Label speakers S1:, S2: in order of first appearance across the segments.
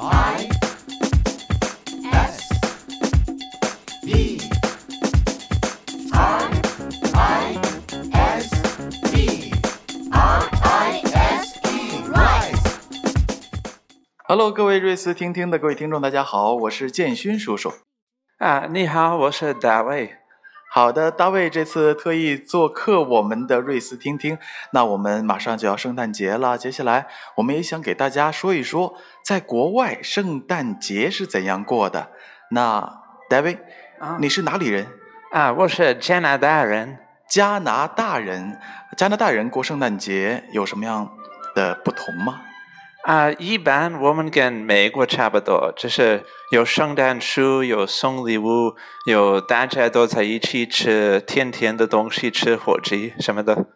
S1: I S B I I S B R I S E rise.
S2: Hello，各位瑞思听听的各位听众，大家好，我是建勋叔叔。
S3: 啊，你好，我是大卫。
S2: 好的，大卫这次特意做客我们的瑞思听听。那我们马上就要圣诞节了，接下来我们也想给大家说一说，在国外圣诞节是怎样过的。那大卫，
S3: 啊
S2: 你是哪里人？
S3: 啊，我是加拿大人。
S2: 加拿大人。加拿大人过圣诞节有什么样的不同吗？
S3: 啊，一般我们跟美国差不多，就是有圣诞树，有送礼物，有大家都在一起吃甜甜的东西，吃火鸡什么的。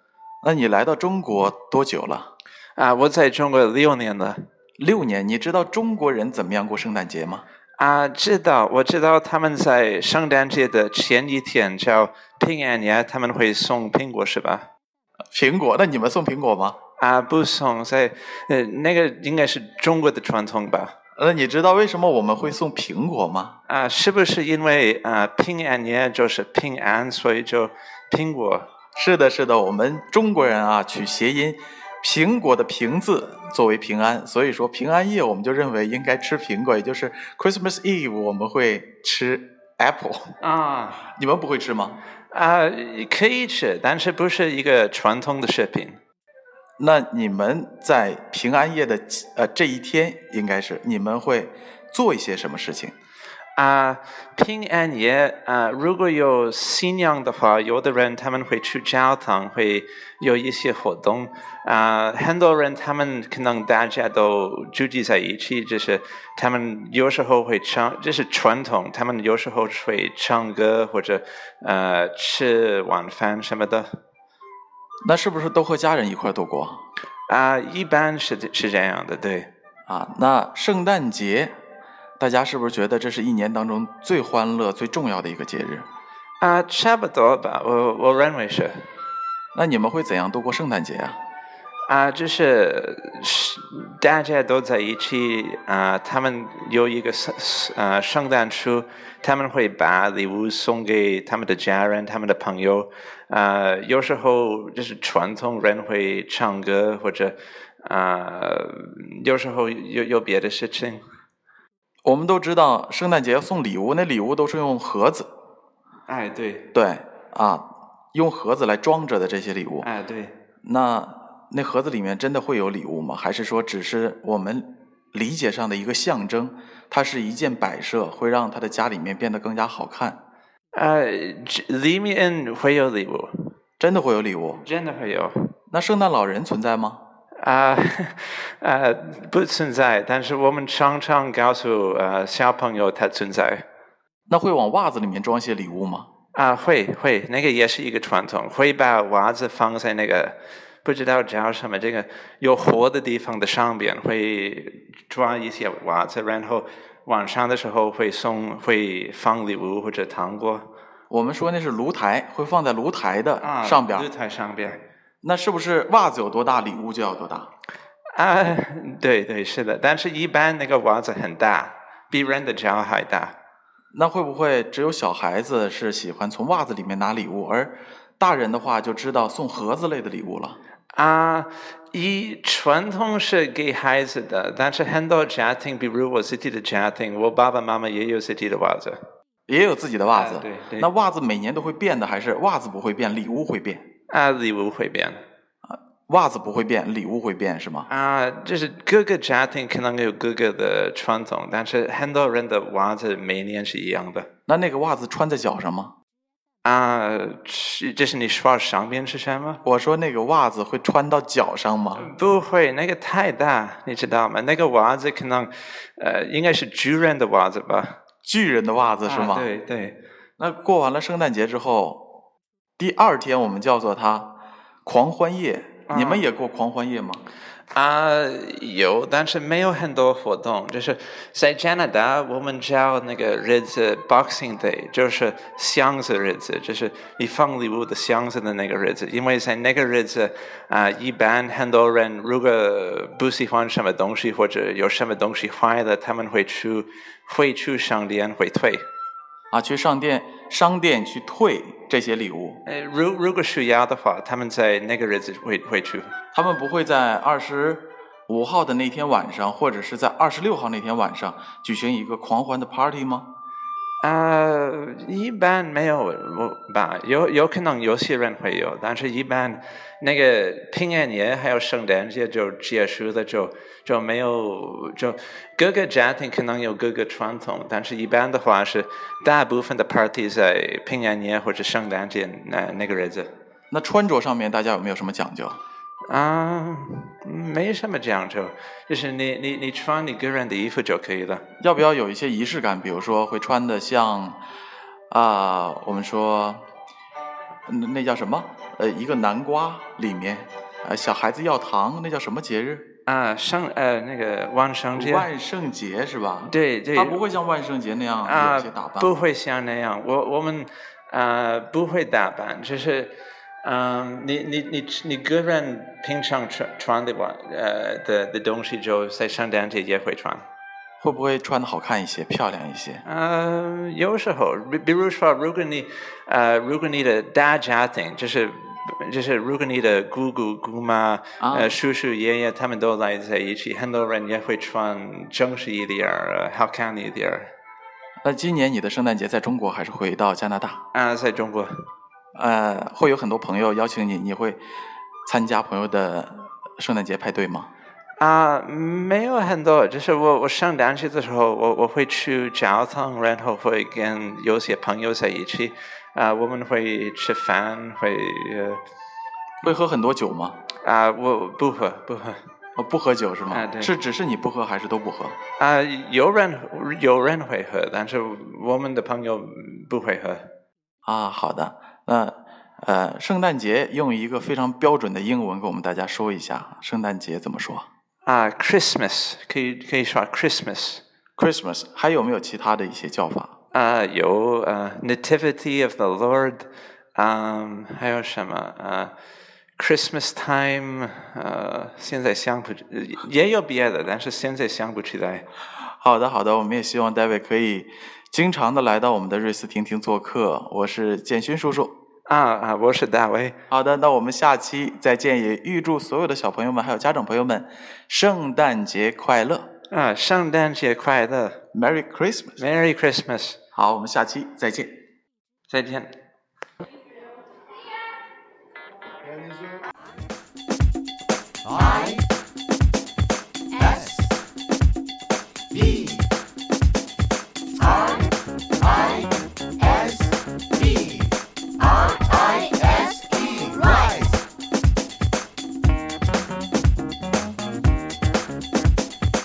S2: 那你来到中国多久了？
S3: 啊，我在中国六年了。
S2: 六年。你知道中国人怎么样过圣诞节吗？
S3: 啊，知道，我知道他们在圣诞节的前一天叫平安夜，他们会送苹果是吧？
S2: 苹果？那你们送苹果吗？
S3: 啊，不送，在呃，那个应该是中国的传统吧？
S2: 那你知道为什么我们会送苹果吗？
S3: 啊，是不是因为啊平安夜就是平安，所以就苹果
S2: 是的，是的，我们中国人啊取谐音“苹果”的“苹”字作为平安，所以说平安夜我们就认为应该吃苹果，也就是 Christmas Eve 我们会吃 apple。
S3: 啊
S2: 你们不会吃吗？
S3: 啊可以吃，但是不是一个传统的食品
S2: 那你们在平安夜的呃这一天，应该是你们会做一些什么事情？
S3: 啊。平安夜啊，如果有信仰的话，有的人他们会去教堂，会有一些活动啊。很多人他们可能大家都聚集在一起，就是他们有时候会唱，这是传统，他们有时候会唱歌或者呃吃晚饭什么的
S2: 那是不是都和家人一块儿度过
S3: 啊。一般是这是这样的，对。
S2: 啊？那圣诞节，大家是不是觉得这是一年当中最欢乐、最重要的一个节日？
S3: 啊，差不多吧，我我认为是。
S2: 那你们会怎样度过圣诞节啊？
S3: 啊，就是是大家都在一起啊，他们有一个圣呃圣诞树，他们会把礼物送给他们的家人、他们的朋友。啊，有时候就是传统人会唱歌，或者啊，有时候有有别的事情。
S2: 我们都知道圣诞节要送礼物，那礼物都是用盒子，
S3: 哎，对，
S2: 对啊，用盒子来装着的这些礼物。
S3: 哎，对。
S2: 那那盒子里面真的会有礼物吗？还是说只是我们理解上的一个象征？它是一件摆设，会让他的家里面变得更加好看。
S3: 啊，这里面会有礼物，
S2: 真的会有礼物？
S3: 真的会有。
S2: 那圣诞老人存在吗？
S3: 啊， 呃，不存在，但是我们常常告诉呃小朋友它存在。
S2: 那会往袜子里面装些礼物吗？
S3: 啊，会会，那个也是一个传统，会把娃子放在那个不知道叫什么这个有火的地方的上边，会抓一些娃子，然后晚上的时候会送会放礼物或者糖果
S2: 我们说那是炉台，会放在炉台的啊上边儿。
S3: 露啊台上边。
S2: 那是不是袜子有多大，礼物就要多大？
S3: 啊，对对是的，但是一般那个娃子很大，比人的脚还大。
S2: 那会不会只有小孩子是喜欢从袜子里面拿礼物，而大人的话就知道送盒子类的礼物了？
S3: 啊，以传统是给孩子的，但是很多家庭，比如我自己的家庭，我爸爸妈妈也有自己的袜子。
S2: 也有自己的袜子，
S3: 啊对对
S2: 那袜子每年都会变的，还是袜子不会变，礼物会变？
S3: 啊，礼物会变
S2: 袜子不会变，礼物会变是吗？
S3: 啊，就是各个家庭可能有各个的传统，但是很多人的袜子每年是一样的。
S2: 那那个袜子穿在脚上吗？
S3: 啊，是这是你说上面是什么？
S2: 我说那个袜子会穿到脚上吗？
S3: 不会，那个太大，你知道吗？那个袜子可能，呃，应该是巨人的袜子吧？
S2: 巨人的袜子是吗？
S3: 啊对对，
S2: 那过完了圣诞节之后，第二天我们叫做它狂欢夜。
S3: 啊
S2: 你们也过狂欢夜吗？
S3: 啊、有，但是没有很多活动。就是在加拿大，我们叫那个日子 Boxing Day，就是箱子日子，就是你放礼物的箱子的那个日子。因为在那个日子啊、一般很多人如果不喜欢什么东西或者有什么东西坏了，他们会去会去商店会退。
S2: 啊，去商店商店去退这些礼物，
S3: 呃，如如果需要的话，他们在那个日子会会去。
S2: 他们不会在二十五号的那天晚上，或者是在二十六号那天晚上举行一个狂欢的 party 吗？
S3: 啊，一般没有我吧，有有可能有些人会有，但是一般那个平安夜还有圣诞节就结束了，就就没有就各个家庭可能有各个传统，但是一般的话是大部分的 party 在平安夜或者圣诞节那那个日子
S2: 那穿着上面大家有没有什么讲究？
S3: 啊，没什么讲究，就是你你你穿你个人的衣服就可以了。
S2: 要不要有一些仪式感？比如说会穿的像啊、我们说嗯那叫什么？呃，一个南瓜里面，呃，小孩子要糖，那叫什么节日？
S3: 啊，圣呃那个万圣节，
S2: 万圣节是吧？，
S3: 对对，
S2: 他不会像万圣节那样有
S3: 啊
S2: 一些打扮。
S3: 不会像那样，我我们啊不会打扮，就是嗯，你你你你个人平常穿穿的吧，呃的的东西就在圣诞节也会穿。
S2: 会不会穿的好看一些、漂亮一些？
S3: 呃，有时候，比比如说，如果你呃，如果你的大家庭就是。就是如果你的姑姑、姑妈、
S2: 啊
S3: 呃叔叔、爷爷他们都来在一起，很多人也会穿正式一点儿、呃好看一点儿。
S2: 那今年你的圣诞节在中国还是回到加拿大？
S3: 啊、在中国，
S2: 呃，会有很多朋友邀请你，你会参加朋友的圣诞节派对吗？
S3: 啊，没有很多，就是我我上大学的时候，我我会去教堂，然后会跟有些朋友在一起，啊、我们会吃饭，会
S2: 会喝很多酒吗？
S3: 呃啊、我不喝不喝，
S2: 哦，不喝酒是吗？
S3: 啊对
S2: 是只是你不喝，还是都不喝？
S3: 啊、有人有人会喝，但是我们的朋友不会喝。
S2: 啊，好的。那呃，圣诞节用一个非常标准的英文给我们大家说一下，圣诞节怎么说
S3: 啊、c h r i s t m a s 可以可以说 Christmas，
S2: ？Christmas 还有没有其他的一些叫法？
S3: 啊、有呃 Uh, Nativity of the Lord，嗯、Um, 还有什么啊、c h r i s t m a s Uh, time，呃，uh, 现在想不也有别的，但是现在想不起来。
S2: 好的，好的，我们也希望 David 可以经常的来到我们的瑞思婷婷做客。我是建勋叔叔。
S3: 啊啊，我是大卫，
S2: 好的，那我们下期再见，也预祝所有的小朋友们还有家长朋友们圣诞节快乐
S3: 啊，圣诞节快乐
S2: ，Merry Christmas。
S3: ，Merry Christmas，
S2: 好，我们下期再见。
S3: 再见。
S1: I S B R I S B